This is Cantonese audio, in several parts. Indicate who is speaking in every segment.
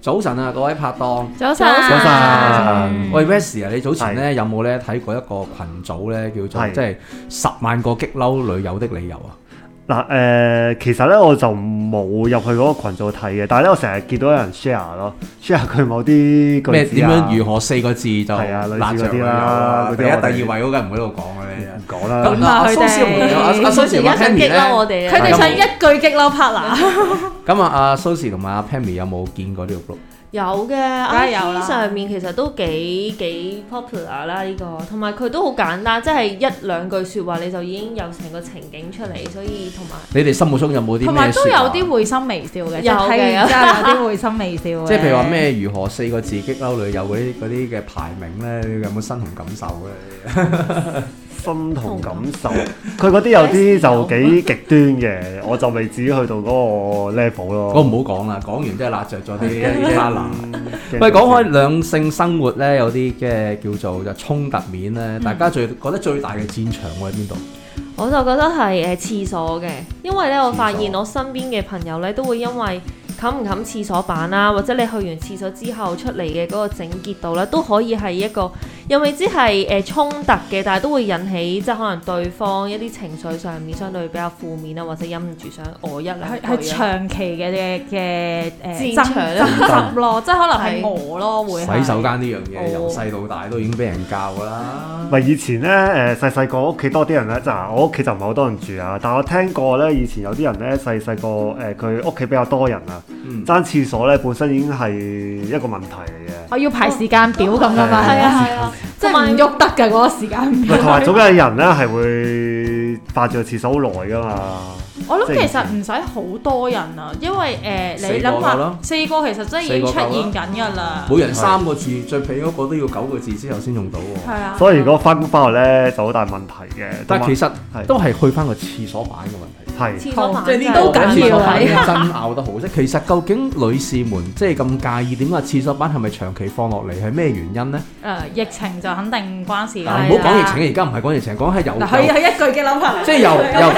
Speaker 1: 早晨啊，各位拍檔。
Speaker 2: 早晨，
Speaker 3: 早晨
Speaker 1: 喂 Wes 啊，你早前咧有冇咧睇過一個群組咧叫做
Speaker 3: 係
Speaker 1: 即係十萬個激嬲女友的理由啊？
Speaker 3: 嗱誒、其實咧我就冇入去嗰個群組睇嘅，但係咧我成日見到有人 share 咯，share 佢某啲句
Speaker 1: 咩
Speaker 3: 子
Speaker 1: 點
Speaker 3: 啊
Speaker 1: 樣如何四個字就
Speaker 3: 係啊類似
Speaker 1: 辣著
Speaker 3: 嗰啲啦
Speaker 1: 啦？
Speaker 3: 嗰啲
Speaker 1: 第一、第
Speaker 3: 我哋
Speaker 1: 二位嗰個唔喺度講嘅咧。
Speaker 3: 唔講啦。
Speaker 1: 咁
Speaker 2: 點啊
Speaker 1: 阿
Speaker 2: 佢
Speaker 1: 蘇
Speaker 2: 哋
Speaker 1: 少梅啊，阿阿蘇少同
Speaker 4: 而家
Speaker 1: 阿
Speaker 4: 想
Speaker 1: Pammy
Speaker 4: 激
Speaker 1: 咧，
Speaker 4: 嬲我哋啊
Speaker 2: 佢哋想一句激嬲 partner，
Speaker 1: 咁啊，阿蘇士同埋阿 Pammy 有冇見過呢個 group？
Speaker 4: 有嘅
Speaker 2: 係有啦
Speaker 4: IG 上面其實都幾幾 popular 啦呢、個，同埋佢都好簡單，即係一兩句説話你就已經有成個情景出嚟，所以同埋
Speaker 1: 你哋心目中有冇啲
Speaker 2: 同
Speaker 1: 咩
Speaker 2: 埋都
Speaker 1: 説
Speaker 2: 有
Speaker 1: 話？
Speaker 2: 啲會心微笑嘅，
Speaker 4: 有嘅
Speaker 2: 即係睇完之後有啲會心微笑嘅。
Speaker 1: 即係譬如話？咩如何四個字激嬲女友嗰啲嗰啲嘅排名咧，你有冇身同感受咧？
Speaker 3: 心同感受，佢嗰啲 有啲就幾極端嘅，我就未至於去到嗰個 level
Speaker 1: 我
Speaker 3: 咯。
Speaker 1: 哦唔好講啦，講完真係辣着咗啲
Speaker 3: 嗯
Speaker 1: 啲花男。
Speaker 3: 哦驚
Speaker 1: 喂，講開兩性生活咧，有啲嘅叫做就衝突面咧，大家最覺得最大嘅戰場會喺邊度？
Speaker 4: 我就覺得係誒廁所嘅，因為咧我發現
Speaker 1: 廁所
Speaker 4: 我身邊嘅朋友咧都會因為冚唔冚廁所板啦，或者你去完廁所之後出嚟嘅嗰個整潔度啦，都可以係一個又未知係誒、呃、衝突嘅，但係都會引起即係可能對方一啲情緒上面相對比較負面啊，或者忍唔住想我一兩
Speaker 2: 係
Speaker 4: 句
Speaker 2: 係
Speaker 4: 啊。
Speaker 2: 長期嘅嘅嘅誒爭
Speaker 4: 戰場
Speaker 2: 爭執 咯，即係可能係我咯會係
Speaker 1: 洗手間呢樣嘢
Speaker 4: 哦
Speaker 1: 由細到大都已經俾人教㗎啦。
Speaker 3: 咪以前咧，誒細細個屋企多啲人咧，就嗱我屋企就唔係好多人住啊，但我聽過咧，以前有啲人咧細細個誒，佢屋企比較多人啊，
Speaker 1: 嗯
Speaker 3: 爭廁所咧本身已經係一個問題嚟嘅。
Speaker 2: 我要排時間表咁噶嘛，
Speaker 3: 係
Speaker 4: 係啊係啊，
Speaker 2: 即係唔喐得嘅嗰個時間
Speaker 3: 咪
Speaker 2: 表。
Speaker 3: 同埋總有人咧係會霸住個廁所好耐噶
Speaker 4: 啊
Speaker 3: 嘛，
Speaker 2: 我諗
Speaker 3: 即係
Speaker 2: 其實唔使好多人啊，因為誒、呃
Speaker 1: 四
Speaker 2: 你
Speaker 1: 個
Speaker 2: 諗
Speaker 1: 夠啦
Speaker 2: 下四個其實真係已經
Speaker 1: 四
Speaker 2: 出
Speaker 1: 個夠啦
Speaker 2: 現緊㗎啦，
Speaker 1: 啊每人三個字，最皮嗰個都要九個字之後先用到
Speaker 2: 係
Speaker 1: 喎。
Speaker 2: 啊，
Speaker 3: 所以如果翻工翻學咧就好大問題嘅。
Speaker 1: 但係其實
Speaker 3: 係
Speaker 1: 都係去翻個廁所板嘅問題。
Speaker 3: 係
Speaker 4: 廁所板
Speaker 2: 即係呢
Speaker 4: 哦真係
Speaker 2: 都緊要啊
Speaker 1: 係爭拗得好啫。其實究竟女士們即係咁介意點解廁所板係咪長期放落嚟係咩原因呢？
Speaker 2: 誒、疫情就肯定唔關事㗎
Speaker 1: 嗱，
Speaker 2: 啦。
Speaker 1: 唔好講疫情，而家唔係講疫情，講係由
Speaker 2: 啊嗱，佢
Speaker 1: 由
Speaker 2: 係啊一句嘅諗法嚟，
Speaker 1: 即係由由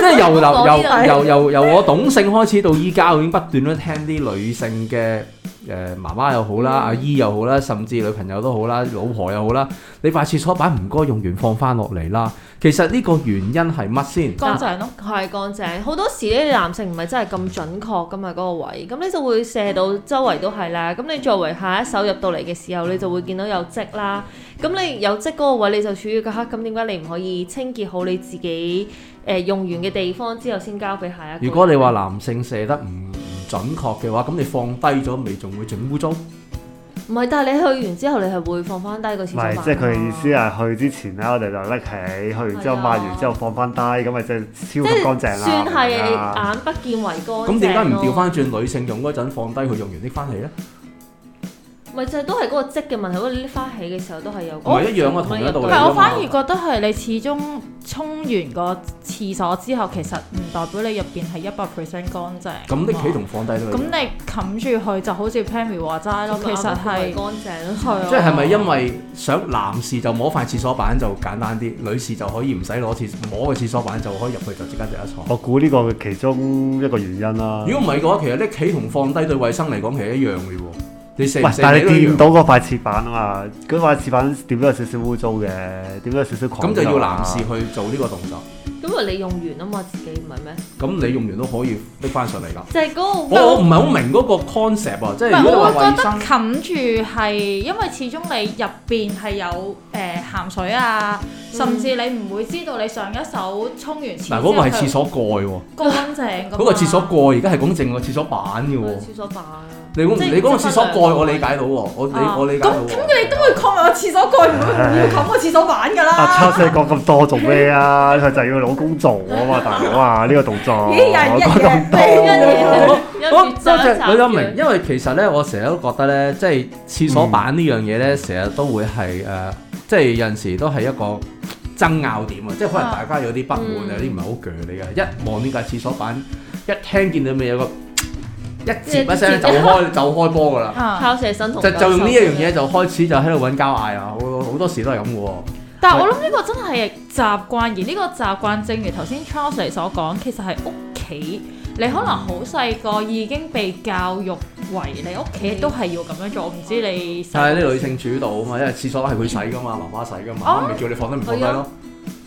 Speaker 1: 即係由
Speaker 4: 我知
Speaker 1: 由
Speaker 4: 道
Speaker 1: 由由由我懂性開始到依家，我已經不斷都聽啲女性嘅。誒、媽媽又好啦，阿姨又好啦，甚至女朋友都好啦，老婆又好啦，你塊廁所板唔該用完放翻落嚟啦。其實呢個原因係乜先？
Speaker 2: 乾淨咯。
Speaker 4: 係乾淨，好多時咧男性唔係真係咁準確噶嘛嗰個位，咁你就會射到周圍都係啦。咁你作為下一手入到嚟嘅時候，你就會見到有積啦。咁你有積嗰個位，你就處於個黑。咁點解你唔可以清潔好你自己誒、呃用完嘅地方之後先交俾下一個？
Speaker 1: 如果你話男性射得唔唔準確嘅話，咁你放低咗咪仲會整污糟？
Speaker 4: 唔係，但係你去完之後，你係會放翻低個廁
Speaker 3: 唔
Speaker 4: 所板
Speaker 3: 係
Speaker 4: 㗎嘛。
Speaker 3: 即係佢意思係去之前咧，我哋就拎起，去完之後
Speaker 4: 係啊
Speaker 3: 抹完之後放翻低，咁咪即
Speaker 4: 即係
Speaker 3: 係超級乾淨啦。
Speaker 4: 算係啊
Speaker 3: 咁樣啦
Speaker 4: 眼不見為乾淨咯。
Speaker 1: 咁點解唔調翻轉女性用嗰陣放低佢用完拎翻嚟呢？
Speaker 4: 咪就係都係嗰個積嘅問題，嗰個拎翻起嘅時候都係有。
Speaker 1: 唔係一樣啊同一道理
Speaker 2: 但係我反而覺得係你始終沖完個廁所之後，其實唔代表你入邊係一百 percent 乾淨。啊
Speaker 1: 咁拎起同放低都係
Speaker 2: 咁
Speaker 1: 一樣，
Speaker 2: 你冚住佢就好似 Pammy 話齋咯，其實係
Speaker 4: 乾淨咯。
Speaker 2: 係啊
Speaker 1: 即係咪因為想男士就摸塊廁所板就簡單啲，女士就可以唔使攞廁摸個廁所板就可以入去就即刻就一坐？
Speaker 3: 我估呢個係其中一個原因啦。
Speaker 1: 如果唔係嘅話，其實拎起同放低對衛生嚟講其實一樣嘅喎。你射
Speaker 3: 喂
Speaker 1: 唔，射
Speaker 3: 但
Speaker 1: 你
Speaker 3: 係
Speaker 1: 都一
Speaker 3: 你掂
Speaker 1: 樣
Speaker 3: 到嗰塊廁板啊嘛，嗰塊廁板點都有少少污糟嘅，點都有少少狂。
Speaker 1: 咁就要男士去做呢個動作。
Speaker 4: 因為你用完啊嘛，自己唔係咩？
Speaker 1: 咁你用完都可以拎翻上嚟㗎。
Speaker 4: 就係嗰個
Speaker 1: 我我唔係好明嗰個 concept 啊，即
Speaker 2: 唔
Speaker 1: 係
Speaker 2: 係，
Speaker 1: 如果
Speaker 2: 我
Speaker 1: 你話
Speaker 2: 會覺
Speaker 1: 衞生。
Speaker 2: 得冚住係，因為始終你入邊係有誒、呃、鹹水啊，甚至你唔會知道你上一手沖完廁
Speaker 1: 嗱，嗰個係廁
Speaker 2: 之後
Speaker 1: 所蓋喎，
Speaker 2: 佢乾淨咁。
Speaker 1: 嗰個廁所，蓋而家係講正個廁所板嘅喎。
Speaker 4: 廁所板啊。
Speaker 1: 你講
Speaker 4: 即係
Speaker 1: 你講個廁所蓋，我理解
Speaker 4: 啊。
Speaker 1: 到喎，我理
Speaker 2: 啊
Speaker 1: 我理解
Speaker 2: 咁
Speaker 1: 到
Speaker 2: 咁
Speaker 1: 喎。
Speaker 2: 你都會抗埋個廁所蓋，唔會唔會冚個廁所板㗎
Speaker 1: 啊
Speaker 3: 阿
Speaker 2: 啦。
Speaker 3: 抄細講咁多做 咩啊？佢就係要老公做啊嘛，大佬啊，呢個動作
Speaker 2: 咦有人一
Speaker 3: 講咁
Speaker 2: 樣
Speaker 4: 一
Speaker 3: 多。
Speaker 4: 嘢
Speaker 1: 我
Speaker 4: 一
Speaker 1: 多謝
Speaker 4: 你
Speaker 1: 你都明，因為其實咧，我成日都覺得咧，即係廁所板呢樣嘢
Speaker 4: 嗯
Speaker 1: 咧，成日都會係誒、呃即係有陣時都係一個爭拗點啊！即係可能
Speaker 2: 啊
Speaker 1: 大家有啲不滿，
Speaker 4: 嗯
Speaker 1: 有啲唔係好鋸你嘅，一望呢架廁所板，一聽見到咪有個
Speaker 4: 嗯
Speaker 1: 一接一聲咧就開就開波㗎啦。
Speaker 2: 啊
Speaker 4: 拋射嗯身同
Speaker 1: 就就用呢一樣嘢就開始就喺度揾交嗌啊！好好多時都係咁嘅喎。
Speaker 2: 但係我諗呢個真係習慣，而呢個習慣正如頭先 Charles 嚟所講，其實係屋企你可能好細個已經被教育為你屋企都係要咁樣做，我唔知你細個
Speaker 1: 但係啲女性主導啊嘛，因為廁所係佢洗噶嘛，媽媽洗噶嘛，
Speaker 4: 哦
Speaker 1: 咪叫你放低唔放低咯。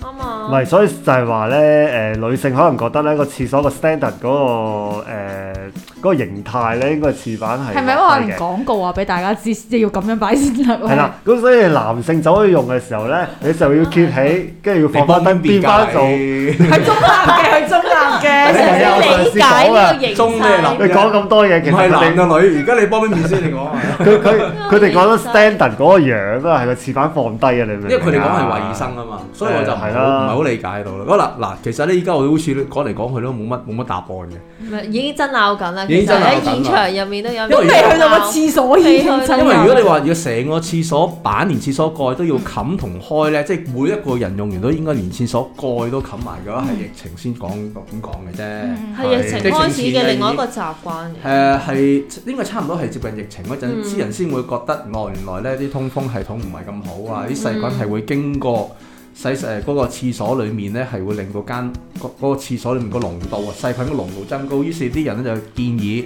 Speaker 4: 啱啊
Speaker 3: 唔。係，所以就係話咧，誒、女性可能覺得咧個廁所個 standard 嗰、個誒嗰、個形態咧，應該係廁板係
Speaker 2: 係咪
Speaker 3: 落
Speaker 2: 話
Speaker 3: 低
Speaker 2: 唔
Speaker 3: 嘅
Speaker 2: 廣告話俾大家知，要咁樣擺先得喎？
Speaker 3: 係啦，咁所以男性走去用嘅時候咧，你就要揭起，跟住要放翻低變
Speaker 1: 啊
Speaker 3: 翻做。你
Speaker 1: 做
Speaker 2: 係中立嘅，係中立嘅。
Speaker 4: 我想
Speaker 3: 係啊我嘗
Speaker 4: 理
Speaker 3: 試
Speaker 4: 解
Speaker 3: 講啊
Speaker 4: 呢個形
Speaker 1: 中咩男
Speaker 4: 勢。
Speaker 3: 講咁多嘢，
Speaker 1: 唔
Speaker 3: 其
Speaker 1: 係
Speaker 3: 實
Speaker 1: 男
Speaker 3: 佢哋
Speaker 1: 定女，而家你幫邊面先？你講 啊，
Speaker 3: 佢佢佢哋講得 standard 嗰個樣啊，係個廁板放低啊，你明
Speaker 1: 因
Speaker 3: 唔明啊？
Speaker 1: 為佢哋講係衞生啊嘛，所以我就唔好
Speaker 3: 係
Speaker 1: 唔
Speaker 3: 啦
Speaker 1: 係啊好理解到啦。好啦，嗱，其實咧，依家我哋好似講嚟講去都冇乜冇乜答案嘅，
Speaker 4: 咪已經爭拗緊啦，
Speaker 1: 已
Speaker 4: 其
Speaker 1: 經
Speaker 4: 實
Speaker 1: 爭拗緊啦
Speaker 4: 喺現場入面都有。
Speaker 1: 因為
Speaker 2: 未去到個廁所已經真係
Speaker 1: 因為如果你話要成個廁所板連廁所蓋都要冚同開咧，即係每一個人用完都應該連廁所蓋都冚埋嘅話，係疫情先講咁講嘅啫。
Speaker 2: 嗯
Speaker 4: 係疫情開始嘅另外一個習慣
Speaker 1: 誒
Speaker 4: 嘅。
Speaker 1: 呃係應該差唔多係接近疫情嗰陣，
Speaker 4: 嗯
Speaker 1: 啲人先會覺得哦，原來呢啲通風系統唔係咁好啊，
Speaker 4: 嗯
Speaker 1: 啲細菌係會經過洗誒嗰個廁所裡面呢，係會令到間嗰嗰個廁所裡面個濃度啊，細菌個濃度增高，於是啲人呢就建議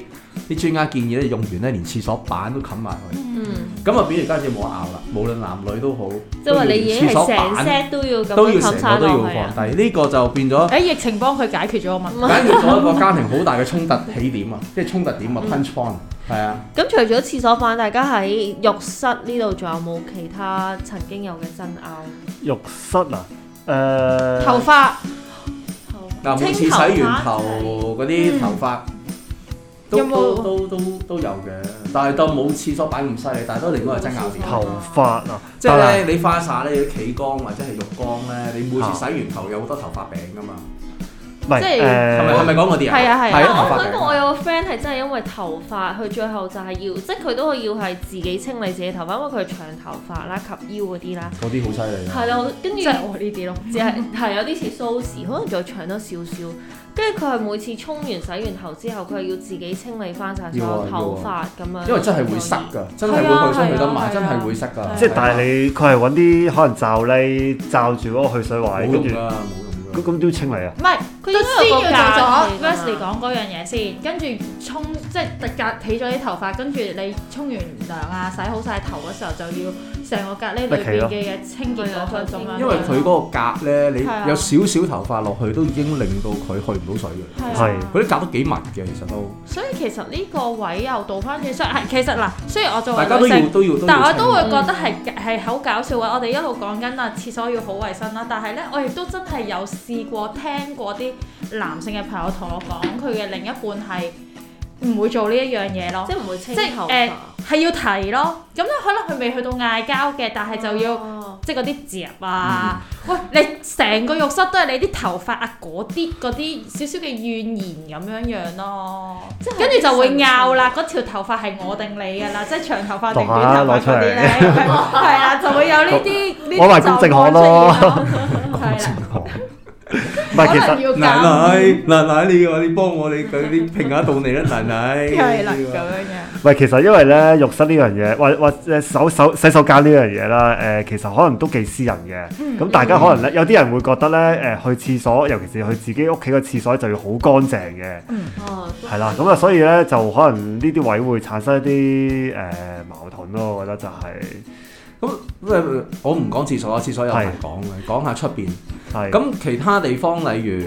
Speaker 1: 啲專家建議咧，用完呢連廁所板都冚埋佢。
Speaker 4: 嗯，
Speaker 1: 咁啊，比如家姐冇拗啦，無論男女都好，
Speaker 4: 即係話你已經
Speaker 1: 都要連廁所
Speaker 4: 係成
Speaker 1: 板
Speaker 4: set 都要咁
Speaker 1: 都
Speaker 4: 樣
Speaker 1: 要
Speaker 4: 冚
Speaker 1: 成
Speaker 4: 晒
Speaker 1: 個都要
Speaker 4: 落去啊。
Speaker 1: 放低，呢個就變咗。
Speaker 2: 喺疫情幫佢解決咗個問題。
Speaker 1: 解決咗一個家庭好大嘅衝突起點啊，即係衝突點啊，punch
Speaker 4: 嗯
Speaker 1: point，係啊。
Speaker 4: 咁除咗廁所板，大家喺浴室呢度仲有冇其他曾經有嘅爭拗？
Speaker 3: 浴室啊，誒
Speaker 2: 頭髮
Speaker 1: 嗱，每次洗完頭啊嗰啲頭髮都
Speaker 2: 有冇
Speaker 1: 都都都都有嘅，但係當冇廁所擺咁犀利，但係都另外係爭拗點。
Speaker 3: 頭髮啊，
Speaker 1: 即係咧，你花灑咧，要企缸或者係浴缸咧，你每次洗完頭有好多頭髮餅噶嘛，
Speaker 3: 唔係
Speaker 4: 即係
Speaker 1: 係咪係
Speaker 3: 誒，
Speaker 1: 咪講嗰啲啊？
Speaker 4: 係啊係
Speaker 1: 係啊，
Speaker 4: 啊！
Speaker 1: 頭
Speaker 4: 我
Speaker 1: 髮
Speaker 4: 想講，我
Speaker 1: 餅。
Speaker 4: 有個 friend 係真係因為頭髮，佢最後就係要，即係佢都要係自己清理自己頭髮，因為佢係長頭髮啦、及腰嗰啲啦，
Speaker 1: 嗰啲好犀利啊！
Speaker 4: 係啦，跟住
Speaker 2: 即係我呢啲咯，
Speaker 4: 只係係有啲似蘇時，可能再長咗少少。跟住佢係每次沖完洗完頭之後，佢係要自己清理翻晒所
Speaker 1: 要啊要啊
Speaker 4: 有頭髮咁樣。
Speaker 1: 因為真係會塞㗎，真係會去水去得埋，真係會塞㗎。
Speaker 3: 即係啊但係你佢係揾啲可能罩呢罩住嗰個去水位，
Speaker 1: 冇
Speaker 3: 跟
Speaker 1: 用
Speaker 3: 住
Speaker 1: 㗎，冇
Speaker 3: 咁
Speaker 1: 用㗎。
Speaker 3: 咁點清理啊？
Speaker 2: 唔係
Speaker 4: 佢
Speaker 2: 佢
Speaker 4: 應該
Speaker 2: 先
Speaker 4: 有
Speaker 2: 要
Speaker 4: 個
Speaker 2: 做
Speaker 4: 假
Speaker 2: 咗
Speaker 4: 期㗎嘛
Speaker 2: Wesley 講嗰樣嘢先，跟住沖即係特隔起咗啲頭髮，跟住你沖完涼啊，洗好晒頭嗰時候就要成個隔呢裏邊嘅嘢清潔咗佢咁樣。
Speaker 1: 因為佢嗰個格咧，你
Speaker 2: 係啊
Speaker 1: 有少少頭髮落去，都已經令到佢去唔到水㗎。
Speaker 2: 係啊
Speaker 1: 嗰啲格都幾密嘅，其實都。
Speaker 2: 所以其實呢個位又倒翻轉，所以係其實嗱，雖然我作為
Speaker 1: 大家都
Speaker 2: 女
Speaker 1: 要
Speaker 2: 性，
Speaker 1: 都要，
Speaker 2: 但我都
Speaker 1: 會
Speaker 2: 會覺得係係好搞笑嘅。我哋一路講緊啊，廁所要好衞生啦，但係呢，我亦都真係有試過聽過啲男性嘅朋友同我講，佢嘅另一半係唔會做呢一樣嘢咯
Speaker 4: 即，係唔會清
Speaker 2: 即係
Speaker 4: 頭
Speaker 2: 誒。
Speaker 4: 髮
Speaker 2: 係要提咯。咁咧可能佢未去到嗌交嘅，但係就要。
Speaker 4: 哦
Speaker 2: 即係嗰啲摺啊！喂，你成個浴室都係你啲頭髮啊，嗰啲嗰啲少少嘅怨言咁樣樣咯，
Speaker 4: 即係
Speaker 2: 跟住就會拗啦。嗰條頭髮係我定你㗎啦，即係長頭髮定
Speaker 3: 讀下
Speaker 2: 短頭髮
Speaker 3: 攞出
Speaker 2: 嗰啲
Speaker 3: 嚟
Speaker 2: 咧，係啦，就會有呢啲呢啲
Speaker 3: 我話公正可咯
Speaker 2: 狀況出現 咯，係啦，
Speaker 3: 唔係其
Speaker 2: 可
Speaker 3: 實
Speaker 2: 能要咁
Speaker 1: 奶奶奶奶，你話你幫我，你佢啲評下到你啦，奶奶。
Speaker 2: 係啦咁樣
Speaker 3: 唔係其實因為咧浴室呢樣嘢，或或誒手手洗手間呢樣嘢啦，誒、其實可能都幾私人嘅。咁、大家可能咧有啲人會覺得咧誒、去廁所，尤其是去自己屋企個廁所就要好乾淨嘅，
Speaker 4: 哦，
Speaker 3: 係啦。咁啊，所以咧就可能呢啲位會產生一啲誒、矛盾咯。我覺得就係、
Speaker 1: 咁誒我唔講廁所啊，廁所有排講嘅，講下出邊。
Speaker 3: 係
Speaker 1: 咁其他地方例如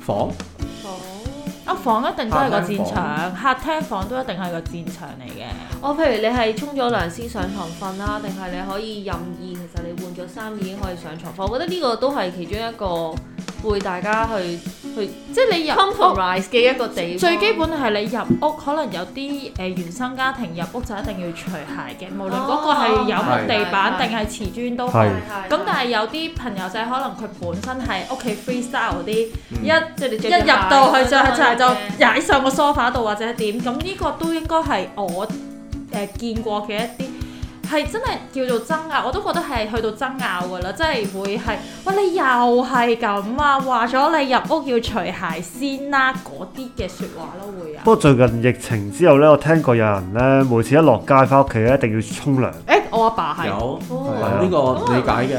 Speaker 1: 房，
Speaker 2: 啊
Speaker 4: 哦
Speaker 2: 房一定都係個戰場，客廳房都一定係個戰場嚟嘅。
Speaker 4: 我哦譬如你係沖咗涼先上床瞓啦，定係你可以任意，其實你換咗衫已經可以上床瞓。我覺得呢個都係其中一個會大家去去
Speaker 2: 即係你入屋
Speaker 4: compromise 嘅一個地方。
Speaker 2: 最基本係你入屋，可能有啲誒、呃原生家庭入屋就一定要除鞋嘅，無論嗰個係有木地板
Speaker 4: 哦
Speaker 2: 定係瓷磚都好。
Speaker 3: 係
Speaker 2: 咁但係有啲朋友仔可能佢本身係屋企 freestyle 嗰啲，
Speaker 1: 嗯
Speaker 2: 一
Speaker 4: 即係你
Speaker 2: 一入到去就就
Speaker 4: Dạ.
Speaker 2: 就踩上個 sofa 度或者點，咁呢個都應該係我誒、呃、見過嘅一啲。係真係叫做爭拗，我都覺得係去到爭拗㗎啦，即係會係，喂你又係咁啊，話咗你入屋要除鞋先啦，嗰啲嘅説話咯會有。
Speaker 3: 不過最近疫情之後咧，我聽過有人咧每次一落街翻屋企咧一定要沖涼。
Speaker 2: 誒，我阿爸係，
Speaker 1: 有
Speaker 4: 哦
Speaker 1: 係啊呢個理解嘅。
Speaker 4: 嘅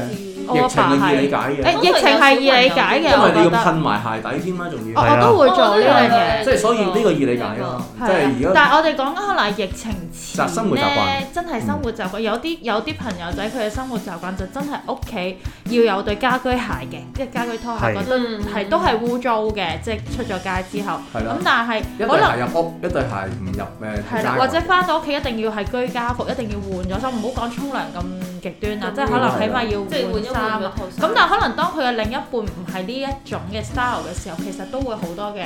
Speaker 4: 我
Speaker 1: 疫
Speaker 4: 阿
Speaker 1: 情
Speaker 4: 爸
Speaker 1: 係易
Speaker 4: 係
Speaker 1: 理解嘅，
Speaker 4: 誒疫情係易理解嘅，
Speaker 1: 因為你
Speaker 4: 我覺
Speaker 1: 要
Speaker 4: 得
Speaker 1: 噴埋鞋底添啦，仲要
Speaker 4: 我
Speaker 3: 係
Speaker 4: 我都會做呢樣嘢。
Speaker 1: 即係所以呢個易理解咯，即係而家
Speaker 2: 但係我哋講緊可能係疫情前
Speaker 1: 習生活習
Speaker 2: 咧
Speaker 1: 慣，嗯
Speaker 2: 真係生活習慣。有啲有啲朋友仔佢嘅生活習慣就真係屋企要有對家居鞋嘅，即係家居拖鞋
Speaker 3: 係
Speaker 2: 嗰對
Speaker 4: 嗯
Speaker 2: 係都係污糟嘅，即係出咗街之後。
Speaker 1: 係啦
Speaker 2: 咁，但係
Speaker 1: 一
Speaker 2: 可
Speaker 1: 對
Speaker 2: 能
Speaker 1: 鞋入屋，一對鞋唔入誒
Speaker 2: 係啦，或者翻到屋企一定要係居家服，一定要換咗衫，唔好講沖涼咁極端啦，即係可能起碼
Speaker 4: 即係
Speaker 2: 要換
Speaker 4: 換啊一
Speaker 2: 衫
Speaker 4: 換
Speaker 2: 啊
Speaker 4: 個。套衫
Speaker 2: 咁但係可能當佢嘅另一半唔係呢一種嘅 style 嘅時候，其實都會好多嘅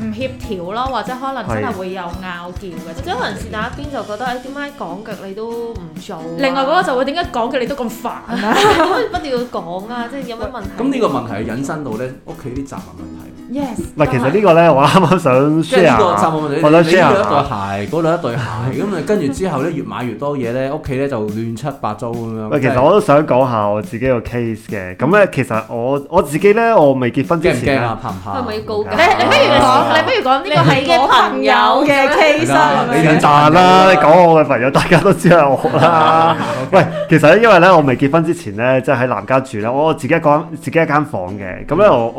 Speaker 2: 誒唔協調咯，或者可能真係
Speaker 3: 係
Speaker 2: 會有拗撬嘅。
Speaker 4: 或
Speaker 2: 或
Speaker 4: 者可能是但一邊就覺得，誒點解講極你都唔做啊？
Speaker 2: 另外嗰個就會點解講嘅你都咁煩啊？
Speaker 4: 點解不斷要講啊？即係有咩問題？
Speaker 1: 咁呢個問題係引申到咧屋企啲雜物問題。
Speaker 2: Yes，
Speaker 3: 唔係，其實呢個咧，我啱啱想
Speaker 1: 即係呢個
Speaker 3: share
Speaker 1: 雜
Speaker 3: 下。
Speaker 1: 物問題，你
Speaker 3: 我都
Speaker 1: 呢度一
Speaker 3: share
Speaker 1: 對鞋，嗰度一對鞋，咁啊跟住之後咧越買越多嘢咧，屋企咧就亂七八糟咁樣。
Speaker 3: 喂，其實我都想講下我自己個 case 嘅。咁咧，其實我我自己咧，我未結婚
Speaker 1: 真
Speaker 3: 之
Speaker 1: 係驚唔
Speaker 3: 前
Speaker 1: 驚
Speaker 3: 呢
Speaker 1: 啊？怕唔怕？
Speaker 4: 係咪要告
Speaker 2: 你
Speaker 4: 假？
Speaker 2: 你不如講，你不如講呢個係我朋友嘅 case 啊
Speaker 1: 你
Speaker 2: 咁樣
Speaker 1: 嘅
Speaker 3: 但啦，
Speaker 4: 啊
Speaker 3: 你講我嘅朋友，大家都知係我啦。喂，其實咧，因為咧，我未結婚之前咧，即係喺南家住咧，我自己一個人自己一間房嘅。咁咧，我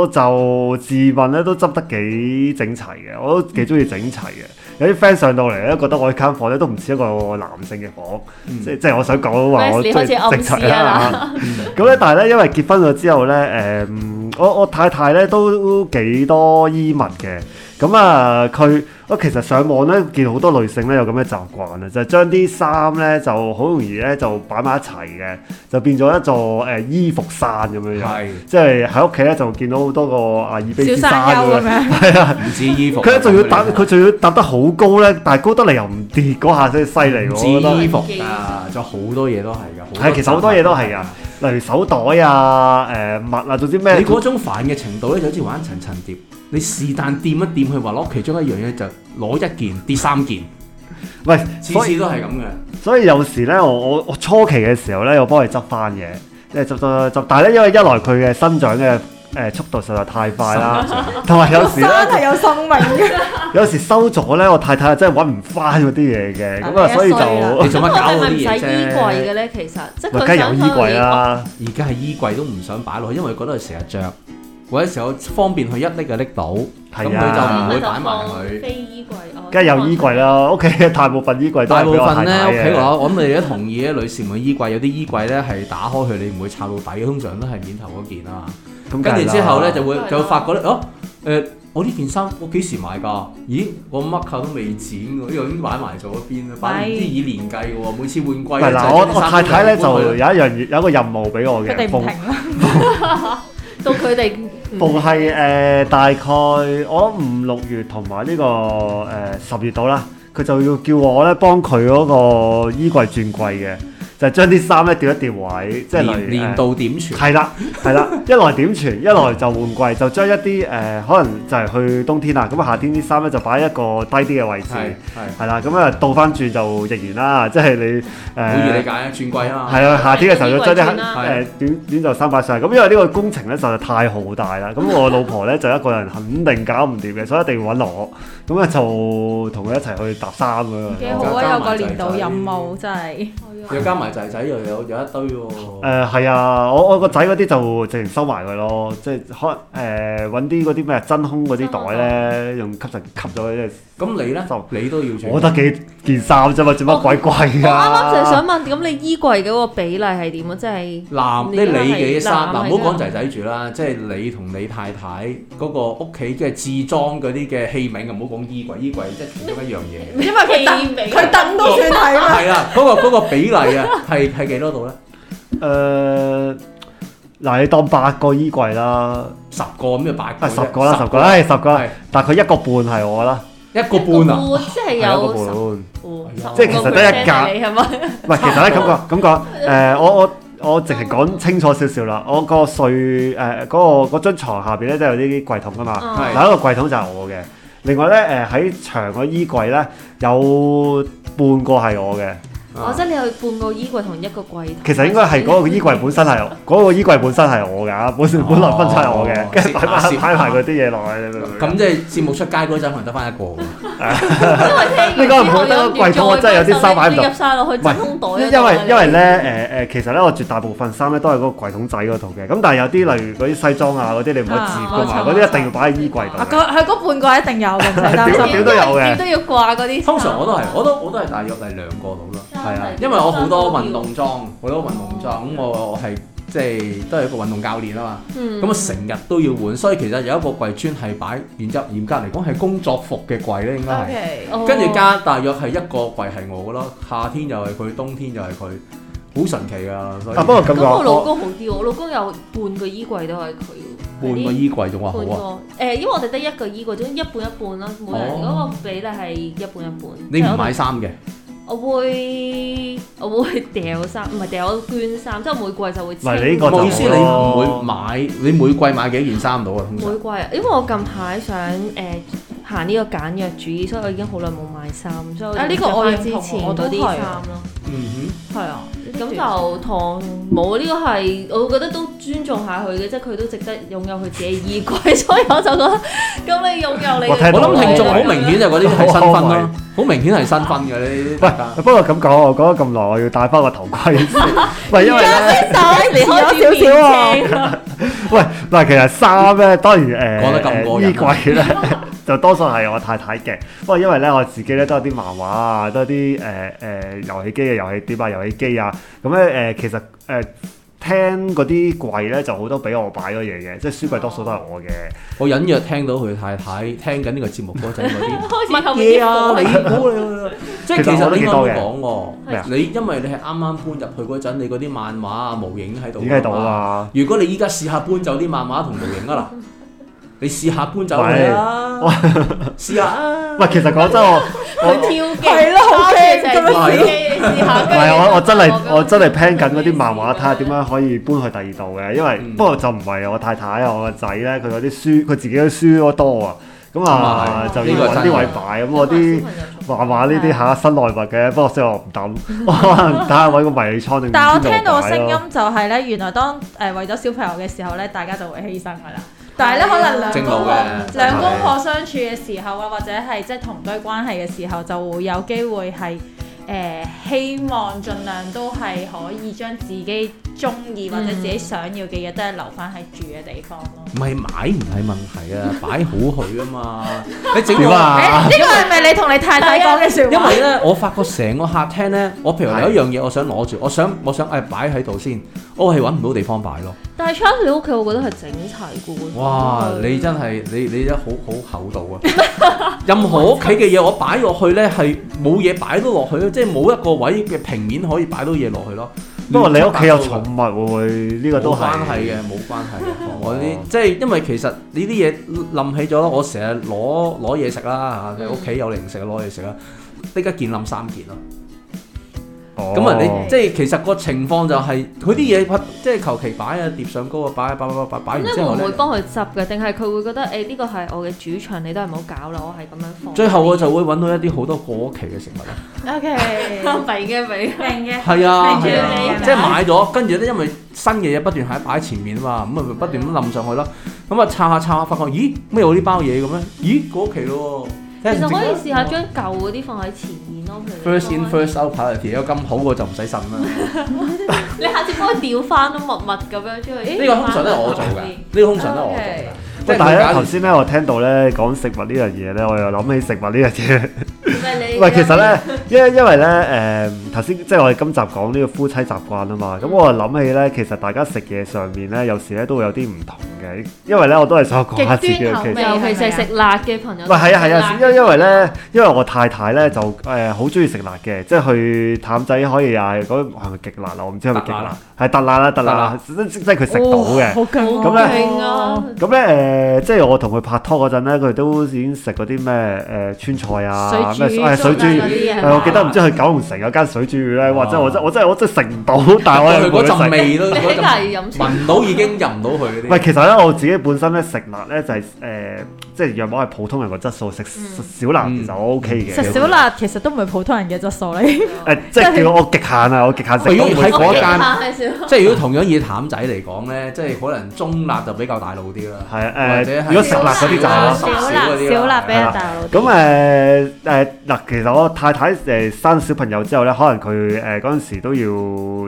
Speaker 3: 我就自問咧都執得幾整齊嘅，我都幾中意整齊嘅。有啲 friend 上到嚟咧，覺得我間房咧都唔似一個男性嘅房，
Speaker 1: 嗯
Speaker 3: 即即係我想講話我
Speaker 4: Wesley
Speaker 3: 中意
Speaker 4: 開始暗
Speaker 3: 整齊
Speaker 4: 示啊
Speaker 3: 啦。咁咧，但係咧，因為結婚咗之後咧，誒、嗯我我太太咧都幾多衣物嘅。咁啊，佢我其實上網咧見好多女性咧有咁嘅習慣啊，就係將啲衫咧就好容易咧就擺埋一齊嘅，就變咗一座誒、呃衣服傘咁樣樣。
Speaker 1: 係
Speaker 3: 即係喺屋企咧就見到好多個啊阿爾卑斯
Speaker 2: 小
Speaker 3: 山
Speaker 2: 山丘
Speaker 3: 咁
Speaker 2: 咁
Speaker 1: 啊
Speaker 3: 樣。
Speaker 2: 樣，
Speaker 1: 唔止衣服，
Speaker 3: 佢咧仲要搭，佢仲要搭得好高咧，但係高得嚟又唔跌嗰下真係犀利，
Speaker 1: 唔
Speaker 3: 我
Speaker 1: 止
Speaker 3: 覺得。
Speaker 1: 衣服㗎，仲有好多嘢都係㗎。
Speaker 3: 係，其實好多嘢都係㗎，啊例如手袋啊、誒、襪啊，總之咩
Speaker 1: 你嗰種煩嘅程度咧，就好似玩層層疊。你是但掂一掂佢話攞其中一樣嘢就攞一件跌三件，
Speaker 3: 喂，
Speaker 1: 次
Speaker 3: 所以
Speaker 1: 次都係咁嘅。
Speaker 3: 所以有時咧，我我我初期嘅時候咧，我幫佢執翻嘢，即係執執執，但係咧，因為一來佢嘅生長嘅誒、速度實在太快啦，同埋有時咧，
Speaker 5: 係有生命嘅，
Speaker 3: 有時收咗咧，我太太真係揾唔翻嗰啲嘢嘅，咁啊，所以就
Speaker 1: 你做乜搞
Speaker 4: 咁我
Speaker 1: 嗰啲
Speaker 4: 哋咪唔
Speaker 1: 嘢
Speaker 4: 使衣
Speaker 1: 啫？
Speaker 4: 櫃嘅咧？其實即係
Speaker 3: 咪
Speaker 4: 佢
Speaker 3: 梗係有
Speaker 4: 想
Speaker 3: 衣櫃啦，
Speaker 1: 而家係衣櫃都唔想擺落去，因為覺得佢成日着，或者成日方便佢一拎就拎到，咁
Speaker 3: 係
Speaker 1: 佢就唔
Speaker 3: 啊，
Speaker 1: 會擺埋佢。
Speaker 4: 非衣櫃哦。
Speaker 3: 梗係有衣櫃啦，屋企大部分衣櫃都
Speaker 1: 大
Speaker 3: 係
Speaker 1: 部
Speaker 3: 俾我太
Speaker 1: 分咧
Speaker 3: 太
Speaker 1: 屋企
Speaker 3: 嘅。
Speaker 1: 我我諗你哋都同意咧，女士們衣櫃有啲衣櫃咧係打開佢，你唔會插到底嘅，通常都係面頭嗰件啊嘛。
Speaker 3: 咁
Speaker 1: 跟住之後咧就會
Speaker 4: 梗係啦
Speaker 1: 就會發覺咧，哦誒、我呢件衫我幾時買㗎？咦，我乜扣都未剪喎，呢個已經擺埋咗一邊啦，擺唔知以年計嘅喎，每次換季
Speaker 3: 唔
Speaker 1: 呢
Speaker 3: 係
Speaker 1: 就
Speaker 3: 嗱，
Speaker 1: 係
Speaker 3: 我
Speaker 1: 將啲
Speaker 3: 我
Speaker 1: 衫
Speaker 3: 太太咧
Speaker 1: 搬
Speaker 3: 就有
Speaker 1: 去
Speaker 3: 一樣嘢有一個任務俾我
Speaker 2: 佢
Speaker 3: 嘅，
Speaker 2: 哋唔
Speaker 3: 逢
Speaker 2: 停啦。
Speaker 4: 到佢哋嗯
Speaker 3: 逢係誒大概我五六月同埋呢個誒十、月到啦，佢就要叫我咧幫佢嗰個衣櫃轉櫃嘅，就係將啲衫咧調一調位，即係例
Speaker 1: 年
Speaker 3: 如
Speaker 1: 年
Speaker 3: 誒
Speaker 1: 度點存，
Speaker 3: 係啦，係啦，一來點存，一來就換季，就將一啲誒、可能就係去冬天啦，咁啊夏天啲衫咧就擺一個低啲嘅位置，
Speaker 1: 係係
Speaker 3: 係啦，咁啊倒翻轉就逆然啦，即係你誒。呃
Speaker 1: 好易理解啊，轉季啊嘛，
Speaker 3: 係啊，夏天嘅時候要將啲
Speaker 4: 衣櫃轉啦
Speaker 3: 誒短短袖衫擺上，咁因為呢個工程咧實在太浩大啦，咁我老婆咧就一個人肯定搞唔掂嘅，所以一定要揾我，咁咧就同佢一齊去搭衫咁樣。
Speaker 2: 幾好啊！有個年度任務真係，
Speaker 1: 又加埋仔仔又有有一堆喎、
Speaker 3: 誒係啊，我我個仔嗰啲就直情收埋佢咯，即係可能誒揾啲嗰啲咩真空嗰啲袋咧，用吸塵吸咗佢，
Speaker 1: 咁你咧
Speaker 3: 就，
Speaker 1: 你都要轉。
Speaker 3: 我得幾件衫啫嘛，做乜鬼
Speaker 4: 我
Speaker 3: 貴
Speaker 4: 啱啱就係
Speaker 3: 啊？
Speaker 4: 想問，咁你衣櫃嗰個比例係點啊？即係
Speaker 1: 男
Speaker 4: 你
Speaker 1: 咧，
Speaker 4: 都
Speaker 1: 你
Speaker 4: 係
Speaker 1: 嘅衫
Speaker 4: 男
Speaker 1: 嗱，
Speaker 4: 嚟
Speaker 1: 唔好講
Speaker 4: 㗎
Speaker 1: 仔仔住啦，即係你同你太太嗰個屋企嘅置裝嗰啲嘅器皿，唔好講衣櫃，衣櫃即係其中一樣嘢。
Speaker 5: 因為佢等佢等都算係啦。
Speaker 1: 係啦，嗰個嗰個比例啊，係係幾多度咧？
Speaker 3: 誒嗱，你當八個衣櫃啦，
Speaker 1: 十個咁就八個
Speaker 3: 啊
Speaker 1: 啫，
Speaker 3: 十個啦，十個啦，唉十個啦
Speaker 1: 係。
Speaker 3: 大概一個半係我啦，
Speaker 1: 一個半啊，哎
Speaker 4: 一個半即係
Speaker 3: 係一個半
Speaker 4: 有。十
Speaker 1: 即係
Speaker 3: 其實得一格
Speaker 4: 你係咪？
Speaker 3: 唔係，其實咧咁講咁講，誒、我我我直情講清楚少少啦。我個睡誒嗰、個嗰張牀下邊咧都有啲櫃桶噶嘛，
Speaker 1: 係
Speaker 3: 嗱一個櫃桶就係我嘅。另外咧誒喺牆個衣櫃咧有半個係我嘅，
Speaker 4: 哦，即係你去半個衣櫃同一個櫃頭。
Speaker 3: 其實應該係嗰個衣櫃本身 係嗰個衣櫃本身係我㗎，本本來分出係我嘅，跟住擺埋擺埋嗰啲嘢落去，你明唔明啊？
Speaker 1: 咁即係節目出街嗰陣，可能得翻一個喎。
Speaker 4: 因為聽
Speaker 3: 呢個
Speaker 4: 完之後
Speaker 3: 唔好得
Speaker 4: 有
Speaker 3: 個櫃桶我真係有啲衫擺唔到
Speaker 4: 入晒落去
Speaker 3: 唔
Speaker 4: 真空袋嗰度
Speaker 3: 係，因為
Speaker 4: 啊你
Speaker 3: 因為咧誒誒，其實咧我絕大部分衫咧都係嗰個櫃桶仔嗰度嘅，咁但係有啲例如嗰啲西裝啊嗰啲你唔可以折㗎嘛，嗰啲一定要擺喺衣櫃度
Speaker 2: 啊，
Speaker 3: 嘅。
Speaker 2: 佢佢嗰半個一定有嘅，唔使擔
Speaker 3: 屌
Speaker 2: 心
Speaker 3: 屌。都有嘅
Speaker 4: 點都要掛嗰啲衫。
Speaker 1: 通常我都係，我都我都係大約係兩個到啦，係啊，因為我好多運動裝，好多運動裝，咁我我係即係都係一個運動教練啊嘛，
Speaker 4: 嗯
Speaker 1: 咁啊成日都要換，所以其實有一個櫃專係擺，然之後嚴格嚟講係工作服嘅櫃咧，應該係。
Speaker 5: OK，
Speaker 4: 哦
Speaker 1: 跟住加大約係一個櫃係我嘅咯，夏天又係佢，冬天又係佢，好神奇噶。所以
Speaker 3: 啊不過咁
Speaker 4: 咁我老
Speaker 3: 講，
Speaker 4: 公好啲喎，我老公有半個衣櫃都係佢喎。
Speaker 1: 半個衣櫃仲話
Speaker 4: 半
Speaker 1: 好啊，
Speaker 4: 個誒，因為我哋得一個衣櫃，總之一半一半啦，每人嗰個比例係一半一半。
Speaker 1: 你唔買衫嘅，
Speaker 4: 我會我 會掉衫，唔係掉我捐衫，即係每季就會清。
Speaker 3: 嗱你呢個
Speaker 1: 唔
Speaker 3: 就
Speaker 1: 好意思，你唔會
Speaker 3: 哦
Speaker 1: 買，你每季買幾件衫到啊？通
Speaker 4: 每
Speaker 1: 常
Speaker 4: 季啊，因為我近排想誒行呢個簡約主義，所以我已經好耐冇買衫，所以我
Speaker 2: 啊，呢個
Speaker 4: 就
Speaker 2: 我
Speaker 4: 買
Speaker 2: 認
Speaker 4: 之
Speaker 2: 同，
Speaker 4: 前
Speaker 2: 我都
Speaker 4: 嗰啲
Speaker 2: 係
Speaker 4: 衫
Speaker 2: 啊，
Speaker 4: 咯。
Speaker 1: 嗯
Speaker 2: 係啊，
Speaker 4: 咁就唐冇呢個係，我覺得都尊重下佢嘅，即係佢都值得擁有佢自己 衣櫃，所以我就覺得咁你擁有你
Speaker 3: 我聽
Speaker 4: 嘅
Speaker 1: 哼，
Speaker 3: 到
Speaker 1: 我
Speaker 3: 啦
Speaker 1: 諗聽眾好明顯就嗰啲係新婚
Speaker 3: 我
Speaker 1: 啦，好明顯係新婚嘅呢啲大家
Speaker 3: 喂，不過咁講，我講咗咁耐，我要戴翻個頭 盔先。喂，因為咧。
Speaker 4: 你
Speaker 5: 遲咗少少啊
Speaker 4: 啊！
Speaker 3: 喂，嗱，其實衫咧，當然誒，
Speaker 1: 講得咁過癮啊
Speaker 3: 誒衣櫃咧 就多數係我太太嘅。不過因為咧，我自己咧都有啲漫畫啊，都有啲誒誒遊戲機嘅遊戲碟啊、遊戲機啊。咁咧誒，其實誒、聽嗰啲櫃咧就好多俾我擺咗嘢嘅，即係書櫃多數都係我嘅。
Speaker 1: 我隱約聽到佢太太聽緊呢個節目嗰陣嗰啲。
Speaker 4: 開始後 面
Speaker 1: 嘢
Speaker 4: 啲
Speaker 1: 啊！
Speaker 4: 火
Speaker 1: 你冇你，即係
Speaker 3: 其
Speaker 1: 其
Speaker 3: 實我
Speaker 1: 實
Speaker 3: 都
Speaker 1: 你
Speaker 3: 幾
Speaker 1: 應該
Speaker 3: 多嘅
Speaker 1: 講
Speaker 3: 咩啊
Speaker 1: 喎，你因為你係啱啱搬入去嗰陣，你嗰啲漫畫啊、模型喺度，
Speaker 3: 已經喺度啊！
Speaker 1: 如果你依家試下搬走啲漫畫同模型啊嗱， 你試下搬走佢啊， 試下啊！
Speaker 3: 喂，其實講真我。我
Speaker 4: 佢挑機
Speaker 5: 係咯好驚咁 樣
Speaker 1: 試
Speaker 4: 你試下。
Speaker 3: 唔係我我真係我真係 plan 緊嗰啲漫畫，睇下點啊樣可以搬去第二度嘅。因為、
Speaker 1: 嗯
Speaker 3: 不過就唔係我太太啊，我個仔咧，佢嗰啲書，佢自己嘅書都多啊。咁啊，
Speaker 1: 咁啊
Speaker 3: 就
Speaker 1: 係
Speaker 3: 要
Speaker 1: 呢個
Speaker 3: 揾
Speaker 1: 真
Speaker 3: 啲
Speaker 1: 係
Speaker 3: 位擺。咁我啲漫畫呢啲嚇新內物嘅，不過雖然我唔抌，我可能睇下揾個迷你倉定唔知
Speaker 2: 但係我聽
Speaker 3: 邊
Speaker 2: 到
Speaker 3: 度
Speaker 2: 嘅
Speaker 3: 擺
Speaker 2: 聲
Speaker 3: 咯。啊
Speaker 2: 音就係咧，原來當誒為咗小朋友嘅時候咧，大家就會犧牲㗎啦。但係咧，可
Speaker 5: Dạ.
Speaker 2: 能兩
Speaker 1: 正
Speaker 2: 公
Speaker 1: 路
Speaker 2: 婆
Speaker 1: 嘅
Speaker 2: 兩公婆相處嘅時候啊，或者係即係同居關係嘅時候，就會有機會係誒、呃希望盡量都係可以將自己中意或者自
Speaker 5: Ừ。
Speaker 2: 己想要嘅嘢都係留翻喺住嘅地方咯。
Speaker 1: 唔係買唔係問題啊，擺好佢啊嘛，你整
Speaker 3: 點
Speaker 1: 個
Speaker 2: 誒
Speaker 3: 啊？
Speaker 2: 呢個係咪你同你太太講嘅説
Speaker 1: 因
Speaker 2: 話？
Speaker 1: 為咧，我發覺成個客廳咧，我譬如有一樣嘢我想攞住，我想我想誒哎擺喺度先，我係揾唔到地方擺咯。
Speaker 4: 但係 Charles 你屋企，我覺得係整齊嘅喎。
Speaker 1: 哇！
Speaker 2: 嗯
Speaker 1: 你真係你你真係好好厚道啊！ 任何屋企嘅嘢我擺落去呢，係冇嘢擺到落去咯，即係冇一個位嘅平面可以擺到嘢落去咯。
Speaker 3: 不過你屋企有
Speaker 1: 亂七八糟嘅
Speaker 3: 寵物喎會，呢個
Speaker 1: 冇
Speaker 3: 都係
Speaker 1: 關係嘅，哦冇關係嘅。我啲即係因為其實呢啲嘢冧起咗咯，我成日攞攞嘢食啦嚇，
Speaker 4: 嗯
Speaker 1: 屋企有零食攞嘢食啦，呢家件冧三件咯。
Speaker 3: 哦
Speaker 1: 咁啊，你即係其實個情況就係佢啲嘢即係求其擺啊，疊上高啊，擺啊擺擺擺擺
Speaker 4: 咁
Speaker 1: 完
Speaker 4: 你
Speaker 1: 之
Speaker 4: 會
Speaker 1: 後
Speaker 4: 唔
Speaker 1: 呢
Speaker 4: 會。幫佢執嘅？定係佢會覺得誒呢個係我嘅主場，你都係唔好搞啦，我係咁樣放。
Speaker 1: 最後我就會揾到一啲好多過期嘅食 物啦，
Speaker 2: OK，
Speaker 4: 俾嘅俾。
Speaker 2: 明嘅。
Speaker 1: 係啊，係
Speaker 2: 明住
Speaker 1: 啊
Speaker 2: 你
Speaker 1: 即係買咗，跟住咧因為新嘅嘢不斷喺擺喺前面啊
Speaker 4: 嗯
Speaker 1: 嘛，咁啊咪不斷咁冧上去咯，咁啊拆下拆下發覺，咦咩有呢包嘢嘅咩？咦過期咯
Speaker 4: 其
Speaker 1: 喎，
Speaker 4: 實可以試下將舊嗰啲放喺前面咯。譬如
Speaker 1: first in first out priority 有咁好嘅就唔使信啦。
Speaker 4: 你下次幫佢調翻咯，密密咁樣將佢。
Speaker 1: 呢個通常都係我做㗎，呢個通常都係我做㗎。
Speaker 3: 喂但係
Speaker 1: 係
Speaker 3: 咧頭先咧我聽到咧講食物呢樣嘢咧，我又諗起食物呢樣嘢。
Speaker 4: 喂你
Speaker 3: 喂，其實咧，因因為咧，誒、頭先即係我哋今集講呢個夫妻習慣啊嘛，
Speaker 2: 嗯
Speaker 3: 咁我就諗起咧，其實大家食嘢上面咧，有時咧都會有啲唔同嘅，因為咧我都係想講下自己
Speaker 2: 極端
Speaker 3: 嘅
Speaker 2: 口
Speaker 3: 其
Speaker 2: 味啊
Speaker 3: 實。
Speaker 4: 尤其是係食辣嘅朋友，
Speaker 3: 唔係係啊係啊，因為因為咧，因為我太太咧就誒好中意食辣嘅，即係去淡仔可以啊，嗰係咪極辣啊？我唔知係咪極
Speaker 1: 特
Speaker 3: 辣，係特辣啦，特辣啦，即即即係佢食到
Speaker 2: 哦
Speaker 3: 嘅。
Speaker 5: 好勁喎
Speaker 3: 咁呢
Speaker 4: 勁啊！
Speaker 3: 咁咧誒，即係我同佢拍拖嗰陣咧，佢都已經食嗰啲咩誒川菜啊，咩
Speaker 2: 水煮
Speaker 3: 誒水煮
Speaker 2: 粥啊
Speaker 3: 魚
Speaker 2: 嗰啲嘢
Speaker 3: 係，我記得唔知去九龍城有間水煮魚咧，
Speaker 1: 哇
Speaker 3: 或者我真我真係我真係食唔 到，但係我
Speaker 1: 佢啊
Speaker 3: 又
Speaker 1: 嗰
Speaker 3: 冇
Speaker 1: 陣
Speaker 3: 食。
Speaker 1: 味都
Speaker 4: 你
Speaker 1: 嗰
Speaker 4: 喺隔
Speaker 1: 陣
Speaker 4: 離飲
Speaker 1: 聞到已經入唔到佢嗰
Speaker 3: 唔係，
Speaker 1: 啲。
Speaker 3: 其實咧我自己本身咧食辣咧就係誒，即係若望係普通人個質素，食小辣
Speaker 1: 嗯
Speaker 3: 其實我 OK 嘅。
Speaker 2: 嗯食小辣其實都唔係普通人嘅質素嚟，
Speaker 3: 誒，即係叫我極限啊！我極限食
Speaker 1: 如果喺嗰一間，
Speaker 4: 間
Speaker 1: 即係如果同樣以淡仔嚟講咧，即係可能中辣就比較大路啲啦。
Speaker 3: 係啊
Speaker 1: 或者
Speaker 3: 誒
Speaker 1: 係，
Speaker 3: 如果食辣嗰啲就係啦。
Speaker 1: 少辣嗰啲啦
Speaker 2: 小辣比較大佬。
Speaker 3: 咁誒誒嗱，其實我太太誒生小朋友之後咧，可能佢誒嗰陣時都要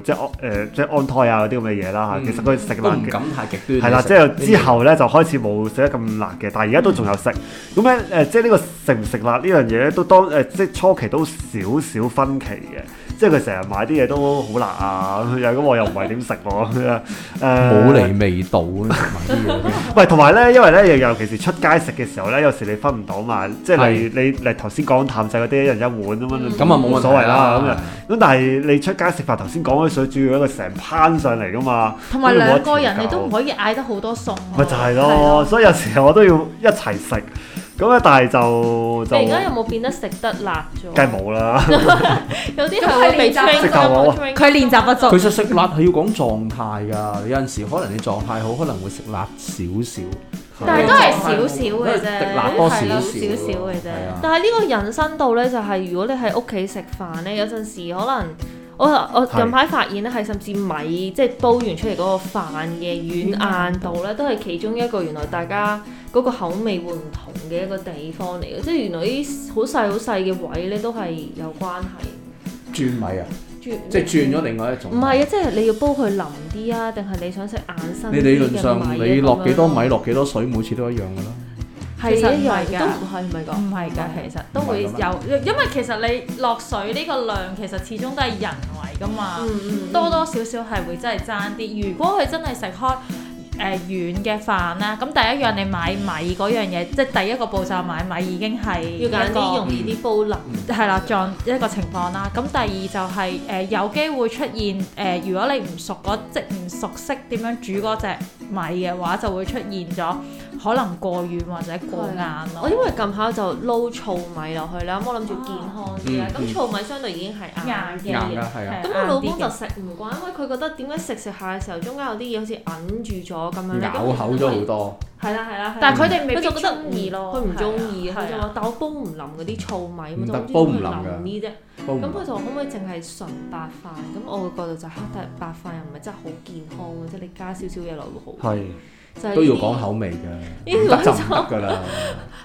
Speaker 3: 即係安誒即係安胎啊嗰啲咁嘅嘢啦
Speaker 1: 嗯
Speaker 3: 嚇。其實佢食
Speaker 1: 都
Speaker 3: 辣
Speaker 1: 唔
Speaker 3: 嘅。
Speaker 1: 敢太極
Speaker 3: 係
Speaker 1: 端。
Speaker 3: 啦，
Speaker 1: 其
Speaker 3: 即
Speaker 1: 實
Speaker 3: 係之後咧就開始冇食得咁辣嘅，但係而家都仲有食。
Speaker 1: 嗯
Speaker 3: 咁咧誒，即係呢個食唔食辣呢樣嘢咧，都當誒、呃即係初期都少少分歧嘅。即係佢成日買啲嘢都好辣啊，咁樣咁我又唔係點食喎咁樣誒。
Speaker 1: 冇嚟味道啊同埋啲嘢。
Speaker 3: 喂，同埋咧，因為咧，尤尤其是出街食嘅時候咧，有時你分唔到嘛，即係例如你你頭先講淡仔嗰啲一人一碗咁樣，
Speaker 1: 咁啊冇問題啦
Speaker 3: 所謂啦咁樣。啊咁但係你出街食飯，頭先講嗰啲水煮要一個成攀上嚟噶嘛，
Speaker 2: 同埋
Speaker 3: 咁你冇得
Speaker 2: 兩個人
Speaker 3: 調
Speaker 2: 你都唔
Speaker 3: 教
Speaker 2: 可以嗌得好多餸喎。
Speaker 3: 咪就係
Speaker 2: 係
Speaker 3: 咯，
Speaker 2: 咯
Speaker 3: 所以有時我都要一齊食，咁咧但係就就
Speaker 4: 你而家有
Speaker 3: 梗
Speaker 4: 冇變得食得辣咗？
Speaker 3: 係 冇啦，
Speaker 4: 有啲係會被
Speaker 2: 咁佢練習
Speaker 4: train
Speaker 3: 食夠我啊
Speaker 2: 佢練習不足
Speaker 1: 其實食辣係要講狀態㗎，有陣時可能你狀態好，可能會食辣少少，
Speaker 2: 但係都係少少
Speaker 1: 都
Speaker 2: 嘅
Speaker 1: 係
Speaker 2: 啫，
Speaker 1: 滴辣多少
Speaker 2: 係
Speaker 1: 少
Speaker 2: 咯少少嘅啫。
Speaker 1: 係啊
Speaker 4: 但係呢個人生度咧，就係、如果你喺屋企食飯咧，有陣時可能我我
Speaker 3: 係
Speaker 4: 近排發現咧，係甚至米即係煲完出嚟嗰個飯嘅軟硬度咧，都係其中一個原來大家嗰個口味會唔同嘅一個地方嚟嘅，即係原來呢啲好細好細嘅位咧都係有關係。
Speaker 1: 轉米啊，
Speaker 4: 轉
Speaker 1: 即係轉咗另外一種。
Speaker 4: 唔係啊，即係你要煲佢腍啲啊，定係你想食硬身啲
Speaker 1: 你
Speaker 4: 嘅
Speaker 1: 理論上
Speaker 4: 米啊
Speaker 1: 你落幾多
Speaker 4: 咁樣
Speaker 1: 米落幾多水，每次都一樣㗎啦。
Speaker 4: 係啊
Speaker 2: 其實唔
Speaker 4: 一
Speaker 2: 係㗎
Speaker 4: 樣都唔係唔係
Speaker 2: 唔
Speaker 4: 講
Speaker 2: 係㗎，
Speaker 3: 嗯
Speaker 2: 其實都會
Speaker 3: 啊
Speaker 2: 有，因為其實你落水呢個量其實始終都係人為㗎嘛，
Speaker 4: 嗯嗯
Speaker 2: 多多少少係會真係爭啲。如果佢真係食開誒軟嘅飯啦，咁第一樣你買米嗰樣嘢，即係第一個步驟買米已經係
Speaker 4: 要揀
Speaker 2: 一個
Speaker 4: 啲容易啲煲腍。
Speaker 2: 係啦，撞一個情況啦。咁第二就係、誒、有機會出現誒、如果你唔熟嗰即唔熟悉點樣煮嗰只米嘅話，就會出現咗可能過軟或者過硬
Speaker 4: 我
Speaker 2: 咯
Speaker 4: 因。為近排就撈糙米落去啦，咁我諗住健康啲啦。
Speaker 1: 嗯
Speaker 4: 咁糙米相對已經係
Speaker 1: 硬
Speaker 4: 啊硬啲
Speaker 1: 㗎
Speaker 4: 嘅。
Speaker 1: 係啊，
Speaker 4: 咁我老公就食唔慣，因為佢覺得點解食食下嘅時候，中間有啲嘢好似揞住咗咁樣咧。
Speaker 1: 咬口咗好多。
Speaker 4: 係啦係啦。
Speaker 2: 但
Speaker 1: 嗯
Speaker 2: 係佢哋未
Speaker 4: 佢
Speaker 2: 必
Speaker 4: 就覺得
Speaker 2: 中意咯，
Speaker 4: 佢唔中意，
Speaker 2: 係啊
Speaker 4: 佢就話：但我煲唔腍嗰啲糙米，
Speaker 1: 唔
Speaker 4: 我
Speaker 1: 得
Speaker 4: 就
Speaker 1: 煲唔腍㗎
Speaker 4: 呢啫。
Speaker 1: 嗯煲唔
Speaker 4: 咁佢就話可唔可以淨係純白飯？咁我嘅角度就係黑但係白飯又唔係真係好健康嘅，即係你加少少嘢落會好。
Speaker 3: 係
Speaker 4: 就係
Speaker 1: 都要
Speaker 4: 呢啲
Speaker 1: 講口味㗎，
Speaker 4: 呢
Speaker 1: 唔
Speaker 4: 個
Speaker 1: 得就唔得㗎啦。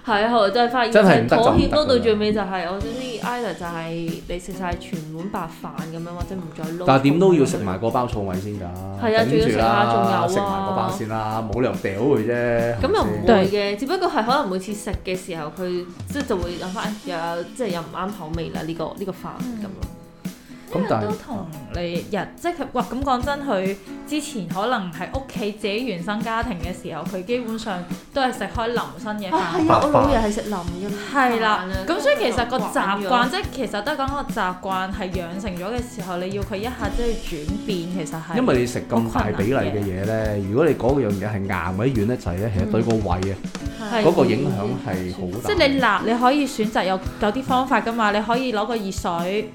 Speaker 4: 係啊，我就係發現
Speaker 1: 真係唔得
Speaker 4: 妥
Speaker 1: 就唔得
Speaker 4: 協咯，到
Speaker 1: 㗎
Speaker 4: 最尾就係、哦我想啲 either 就係你食晒全碗白飯咁樣，或者唔再撈。
Speaker 1: 但係點都要食埋個包糙米先㗎。
Speaker 4: 係啊仲要食下仲有啊
Speaker 1: 食埋個包先啦，冇理由掉佢啫。
Speaker 4: 咁又唔
Speaker 1: 係咪先
Speaker 4: 會嘅，只不過係可能每次食嘅時候，佢即係就會諗翻，哎又有即係又唔啱口味啦，呢、個呢、個飯咁咯。
Speaker 2: 因
Speaker 1: 咁
Speaker 2: 為
Speaker 1: 但係
Speaker 2: 都同你日即係佢哇咁講真，佢之前可能喺屋企自己原生家庭嘅時候，佢基本上都係食開腍身嘅飯
Speaker 4: 啊，。係啊，我老爺係食腍嘅
Speaker 2: 係啦，咁所以其實個習慣，
Speaker 4: 即
Speaker 2: 即係其實都係講個習慣係養成咗嘅時候，你要佢一下即係轉變，其實係
Speaker 1: 因為你食咁大比例嘅嘢咧，如果你嗰樣嘢係硬或者軟得滯咧，其實對個胃啊
Speaker 2: 係
Speaker 4: 係
Speaker 1: 嗰個影響係好大。
Speaker 2: 即係你辣，你可以選擇有有啲方法噶嘛，你可以攞個熱水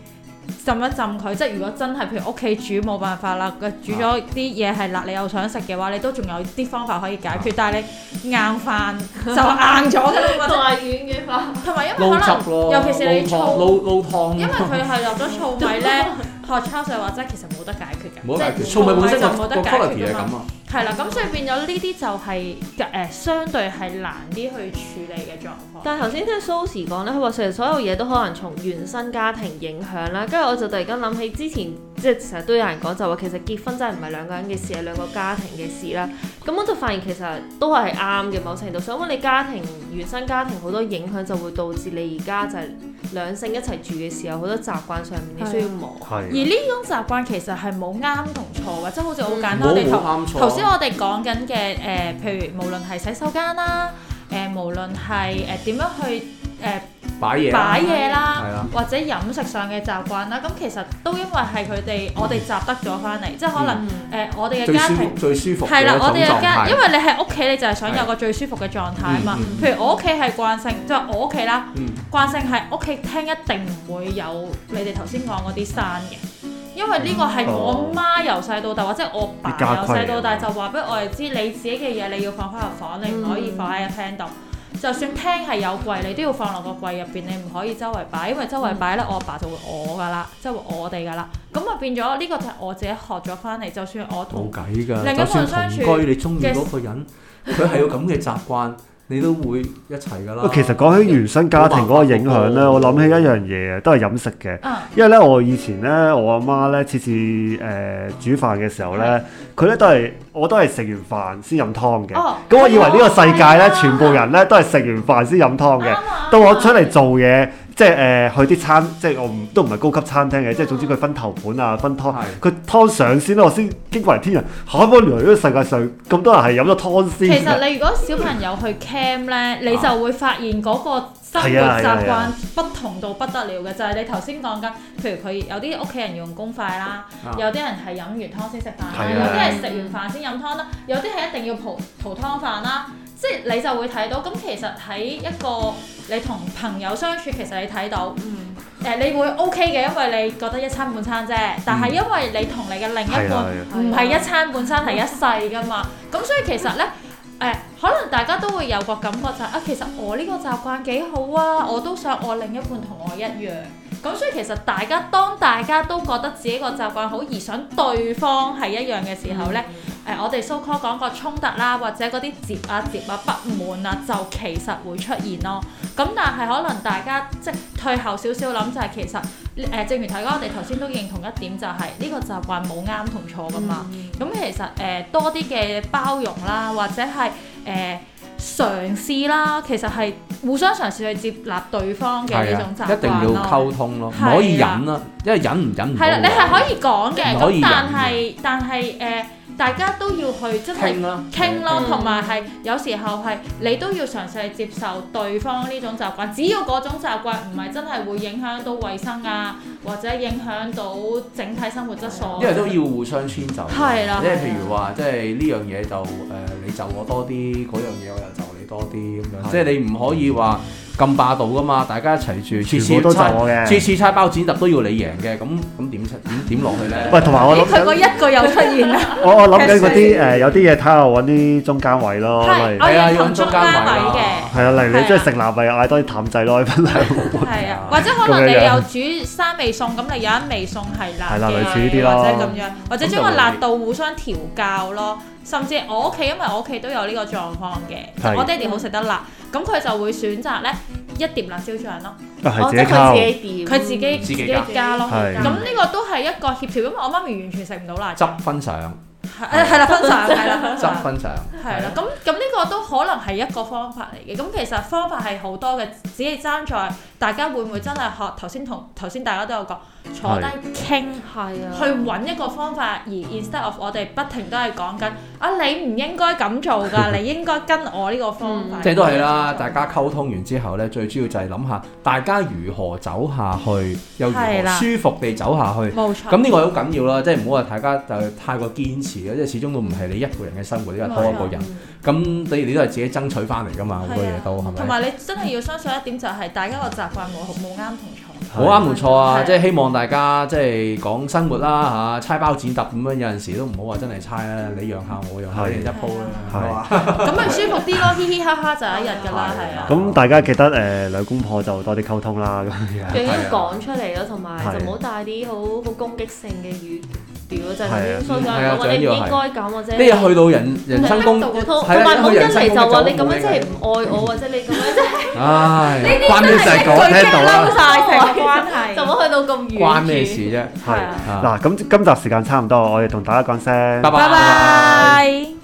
Speaker 2: 浸一浸佢，即係如果真係譬如屋企煮冇辦法啦，佢煮
Speaker 1: 啊
Speaker 2: 咗啲嘢係辣，你又想食嘅話，你都仲有啲方法可以解決，但係你硬飯就硬咗㗎 啦
Speaker 4: 同
Speaker 2: 嘛，
Speaker 4: 埋軟嘅飯，
Speaker 2: 同埋因為
Speaker 1: 撈
Speaker 2: 可能
Speaker 1: 汁咯，
Speaker 2: 尤其是你
Speaker 1: 撈湯
Speaker 2: 醋
Speaker 1: 撈撈湯，
Speaker 2: 因為佢係落咗糙米咧， 學 c h a r 話齋其實冇得解決㗎，
Speaker 1: 冇得解
Speaker 2: 即
Speaker 1: 決，
Speaker 2: 係
Speaker 1: 醋米本身
Speaker 2: 就
Speaker 1: 個
Speaker 2: 冇得
Speaker 1: 個
Speaker 2: 解
Speaker 1: quality
Speaker 2: 決
Speaker 1: 係
Speaker 2: 㗎嘛。
Speaker 1: 咁啊，
Speaker 2: 係啦，咁所以變咗呢啲就係、誒、相對係難啲去處理嘅狀況。
Speaker 4: 但係頭先聽 Sosze 講咧，佢話其實所有嘢都可能從原生家庭影響啦。跟住我就突然間諗起之前，即係成日都有人講就話其實結婚真係唔係兩個人嘅事，係兩個家庭嘅事啦。咁我就發現其實都係啱嘅，某程度上，因為你家庭原生家庭好多影響，就會導致你而家就係兩性一齊住嘅時候，好多習慣上面你需要磨。
Speaker 2: 而
Speaker 3: 係
Speaker 2: 呢種習慣其實係冇啱同錯嘅，即係好似好簡
Speaker 1: 唔
Speaker 2: 單地頭
Speaker 1: 好冇啱錯。
Speaker 2: 頭先我哋講緊嘅誒，譬如無論係洗手間啦，誒、無論係誒點樣去誒、呃
Speaker 1: 擺嘢啦
Speaker 2: 擺嘢
Speaker 1: 係
Speaker 2: 啦
Speaker 1: 啊，
Speaker 2: 或者飲食上嘅習慣啦，咁其實都因為係佢哋我哋習得咗翻嚟，即係可能誒、
Speaker 4: 嗯
Speaker 2: 呃我哋嘅
Speaker 1: 最
Speaker 2: 家
Speaker 1: 舒
Speaker 2: 庭
Speaker 1: 服。最舒服
Speaker 2: 係
Speaker 1: 嘅
Speaker 2: 啦
Speaker 1: 一，
Speaker 2: 我哋
Speaker 1: 種
Speaker 2: 嘅
Speaker 1: 狀
Speaker 2: 家，
Speaker 1: 態
Speaker 2: 因為你喺屋企，你就係想有個最舒服嘅狀態啊嘛
Speaker 1: 嗯。
Speaker 2: 譬如我屋企係慣性，即係我屋企啦，
Speaker 1: 嗯
Speaker 2: 慣性係屋企聽一定唔會有你哋頭先講嗰啲山嘅，因為呢個係
Speaker 3: 哦
Speaker 2: 我媽由細到大，或者我爸
Speaker 3: 啲家規啊
Speaker 2: 由細到大就話俾我哋知，你自己嘅嘢你要放翻入房，你唔可以放喺個廳度。
Speaker 3: 嗯
Speaker 2: 就算廳係有櫃，你都要放落個櫃入邊，你唔可以周圍擺，因為
Speaker 3: 嗯
Speaker 2: 周圍擺咧，我阿爸就會我噶啦，即係會我哋噶啦。咁啊變咗呢個就係我自己學咗翻嚟，就算我
Speaker 1: 冇
Speaker 2: 同
Speaker 1: 計㗎。
Speaker 2: 另一
Speaker 1: 就
Speaker 2: 個
Speaker 1: 算
Speaker 2: 相處
Speaker 1: 同居，你中意
Speaker 2: 嘅
Speaker 1: 嗰個 人，佢係有咁嘅習慣，你都會一齊㗎啦。
Speaker 3: 其實講起原生家庭嗰個影響
Speaker 2: 啊
Speaker 3: 咧，我諗起一樣嘢啊，都係飲食嘅。
Speaker 2: 嗯
Speaker 3: 因為咧，我以前咧，我阿媽咧，次次誒、呃煮飯嘅時候咧，佢咧都係我都係食完飯先飲湯嘅。咁、
Speaker 2: 哦
Speaker 3: 我以為呢個世界咧，
Speaker 2: 係啊
Speaker 3: 全部人咧都係食完飯先飲湯
Speaker 2: 啱
Speaker 3: 嘅
Speaker 2: 啊啱啊。
Speaker 3: 到我出嚟做嘢，即係誒、呃去啲餐，即係我唔都唔係高級餐廳嘅，即係總之佢分頭盤啊，分湯，
Speaker 1: 係
Speaker 3: 佢湯上先啦，我先驚為天人。嚇！我原來呢個世界上咁多人係飲咗湯
Speaker 2: 其
Speaker 3: 先嘅。
Speaker 2: 實你如果小朋友去 camp 咧，你就會發現嗰個生活
Speaker 3: 啊係啊係啊
Speaker 2: 習
Speaker 3: 係
Speaker 2: 慣
Speaker 3: 啊
Speaker 2: 不同到不得了嘅，就係、你頭先講緊，譬如佢有啲屋企人用公筷啦，
Speaker 1: 啊
Speaker 2: 有啲人係飲完湯先食飯啦，
Speaker 3: 係啊
Speaker 2: 有啲係食完飯先飲湯啦，有啲係一定要蒲蒲湯飯啦，即係你就會睇到。咁其實喺一個你同朋友相處，其實你睇到。
Speaker 5: 嗯，
Speaker 2: 誒、你會 OK 嘅，因為你覺得一餐半餐啫，但係因為你同你嘅另一
Speaker 3: 嗯係
Speaker 2: 半
Speaker 3: 啊係啊
Speaker 4: 嗯
Speaker 2: 唔係一餐半餐係一世噶嘛，咁所以其實呢，誒、可能大家都會有個感覺就係、啊，其實我呢個習慣幾好啊，我都想我另一半同我一樣。咁所以其實大家當大家都覺得自己個習慣好，而想對方係一樣嘅時
Speaker 3: 嗯
Speaker 2: 候呢，誒、我哋 so call 講個衝突啦，或者嗰啲接啊接啊不滿啊，就其實會出現咯。咁但係可能大家即係退後少少諗，就係其實誒、正如大家我哋頭先都認同一點，就係呢個習慣冇啱同錯噶嘛。咁、其實誒、呃多啲嘅包容啦，或者係誒、呃嘗試啦，其實係互相嘗試去接納對方嘅
Speaker 1: 係
Speaker 2: 呢
Speaker 1: 啊
Speaker 2: 種，習慣咯。
Speaker 1: 一定要溝通咯，唔
Speaker 2: 係啊
Speaker 1: 可以忍啦，因為忍唔忍唔到
Speaker 2: 係啦，
Speaker 1: 㗎。
Speaker 2: 你係可以講嘅，
Speaker 1: 唔可以
Speaker 2: 咁
Speaker 1: 忍
Speaker 2: 但係但係誒、呃大家都要去真係
Speaker 1: 傾啦，
Speaker 2: 傾咯
Speaker 4: 嗯，
Speaker 2: 同埋係有時候係你都要嘗試去接受對方呢種習慣，只要嗰種習慣唔係真係會影響到衞生啊，或者影響到整體生活質素。啊
Speaker 1: 因為都要互相遷就。
Speaker 2: 哦係啦
Speaker 1: 即係
Speaker 2: 係啦
Speaker 1: 譬如話，即係呢樣嘢就誒、你就我多啲，嗰樣嘢我又就你多啲咁樣。
Speaker 3: 係
Speaker 1: 即係你唔可以話咁霸道噶嘛，大家一齊住，次
Speaker 3: 全部都
Speaker 1: 次
Speaker 3: 就
Speaker 1: 猜
Speaker 3: 我嘅
Speaker 1: 次次猜包剪揼都要你贏嘅，咁咁點出點點落去咧？
Speaker 3: 喂，同埋我諗緊
Speaker 2: 佢嗰一個又出現啦，
Speaker 3: 我我諗緊嗰啲誒，有啲嘢睇下揾啲中間位咯，
Speaker 2: 係
Speaker 3: 哦例
Speaker 2: 我
Speaker 1: 係啊
Speaker 2: 認同中間
Speaker 1: 要揾
Speaker 2: 位
Speaker 1: 中間位
Speaker 2: 嘅
Speaker 1: 啊。
Speaker 3: 係啊，例如
Speaker 2: 係
Speaker 3: 你
Speaker 2: 啊
Speaker 3: 中意食辣咪嗌多啲淡仔咯，分兩碗。
Speaker 2: 係啊
Speaker 1: 啊，
Speaker 2: 或者可能
Speaker 3: 咁
Speaker 2: 你
Speaker 3: 樣樣
Speaker 2: 有煮三味餸，咁你有一味餸係辣
Speaker 3: 係
Speaker 2: 嘅，
Speaker 3: 啦類似呢啲咯
Speaker 2: 或者咁樣，或者將個辣度互相調教咯。甚至我屋企，因為我屋企都有呢個狀況嘅，
Speaker 3: 係
Speaker 2: 就我爹哋好食得辣，咁佢就會選擇咧一碟辣椒醬咯，
Speaker 3: 啊係
Speaker 4: 哦，
Speaker 3: 自
Speaker 4: 即
Speaker 3: 己
Speaker 4: 係佢
Speaker 3: 溝，
Speaker 4: 自己點，
Speaker 2: 佢自己
Speaker 1: 自
Speaker 2: 自
Speaker 1: 己
Speaker 2: 己
Speaker 1: 加
Speaker 2: 加咯。
Speaker 3: 係
Speaker 4: 啊
Speaker 2: 咁呢個都係一個協調，因為我媽咪完全食唔到辣嘅，
Speaker 1: 執分上，
Speaker 2: 係誒係啦，分享係啦，分
Speaker 1: 執
Speaker 2: 享。
Speaker 1: 分上，
Speaker 2: 係啦，咁咁呢個都可能係一個方法嚟嘅。咁其實方法係好多嘅，只係爭在大家會唔會真係學頭先同頭先大家都有講坐低傾，
Speaker 4: 係啊，
Speaker 2: 去揾一個方法。而 instead of 我哋不停都係講緊啊，你唔應該 咁做㗎，你應該跟我呢個方法。
Speaker 1: 即係都係啦。大家溝通完之後咧，最主要就係諗下大家如何走下去，又如
Speaker 2: 係
Speaker 1: 何
Speaker 2: 啦
Speaker 1: 舒服地走下去。
Speaker 2: 冇錯。
Speaker 1: 咁呢個好緊要啦，即係唔好話大家就太過堅持啊嘅，即係始終都唔係你一個人嘅生活，因為
Speaker 2: 啊
Speaker 1: 多一個
Speaker 4: 啊
Speaker 1: 人。咁你哋都係自己爭取翻嚟噶嘛，好多嘢都係
Speaker 2: 同
Speaker 1: 咪？
Speaker 2: 埋你真係要相信一點，就係大家個習慣冇冇啱同 錯。
Speaker 1: 好啱冇錯啊！
Speaker 2: 係
Speaker 1: 即係希望大家即係講生活啦嚇，猜包剪揼咁樣，有陣時都唔好話真係猜啦，你讓下我讓下
Speaker 3: 係
Speaker 1: 你一鋪啦，
Speaker 3: 係
Speaker 1: 係嘛？
Speaker 2: 咁咪舒服啲咯，嘻嘻哈哈就一日㗎啦，係啊。
Speaker 3: 咁大家記得誒兩公婆就多啲溝通啦，咁樣
Speaker 4: 最緊
Speaker 1: 啊
Speaker 4: 要講出嚟咯，同埋
Speaker 3: 係
Speaker 4: 就唔好帶啲好好攻擊性嘅語調，就係
Speaker 3: 係啊
Speaker 4: 咁所以
Speaker 1: 係啊
Speaker 4: 講我哋唔
Speaker 1: 最緊要係
Speaker 4: 應該咁或者
Speaker 1: 呢。日去到人人生公，
Speaker 4: 同
Speaker 1: 係啊啦
Speaker 4: 埋唔好一嚟就話你咁樣即係唔愛我，或者你咁樣即係
Speaker 1: 唉，
Speaker 3: 關咩
Speaker 1: 啊
Speaker 3: 事講聽到啦，
Speaker 2: 晒成個關係
Speaker 4: 就唔好去到咁遠。
Speaker 1: 關咩事？啫？
Speaker 3: 係
Speaker 4: 係啊
Speaker 1: 啊
Speaker 3: 嗱，咁今集時間差唔多，我哋同大家講聲，
Speaker 1: 拜拜。
Speaker 2: 拜拜。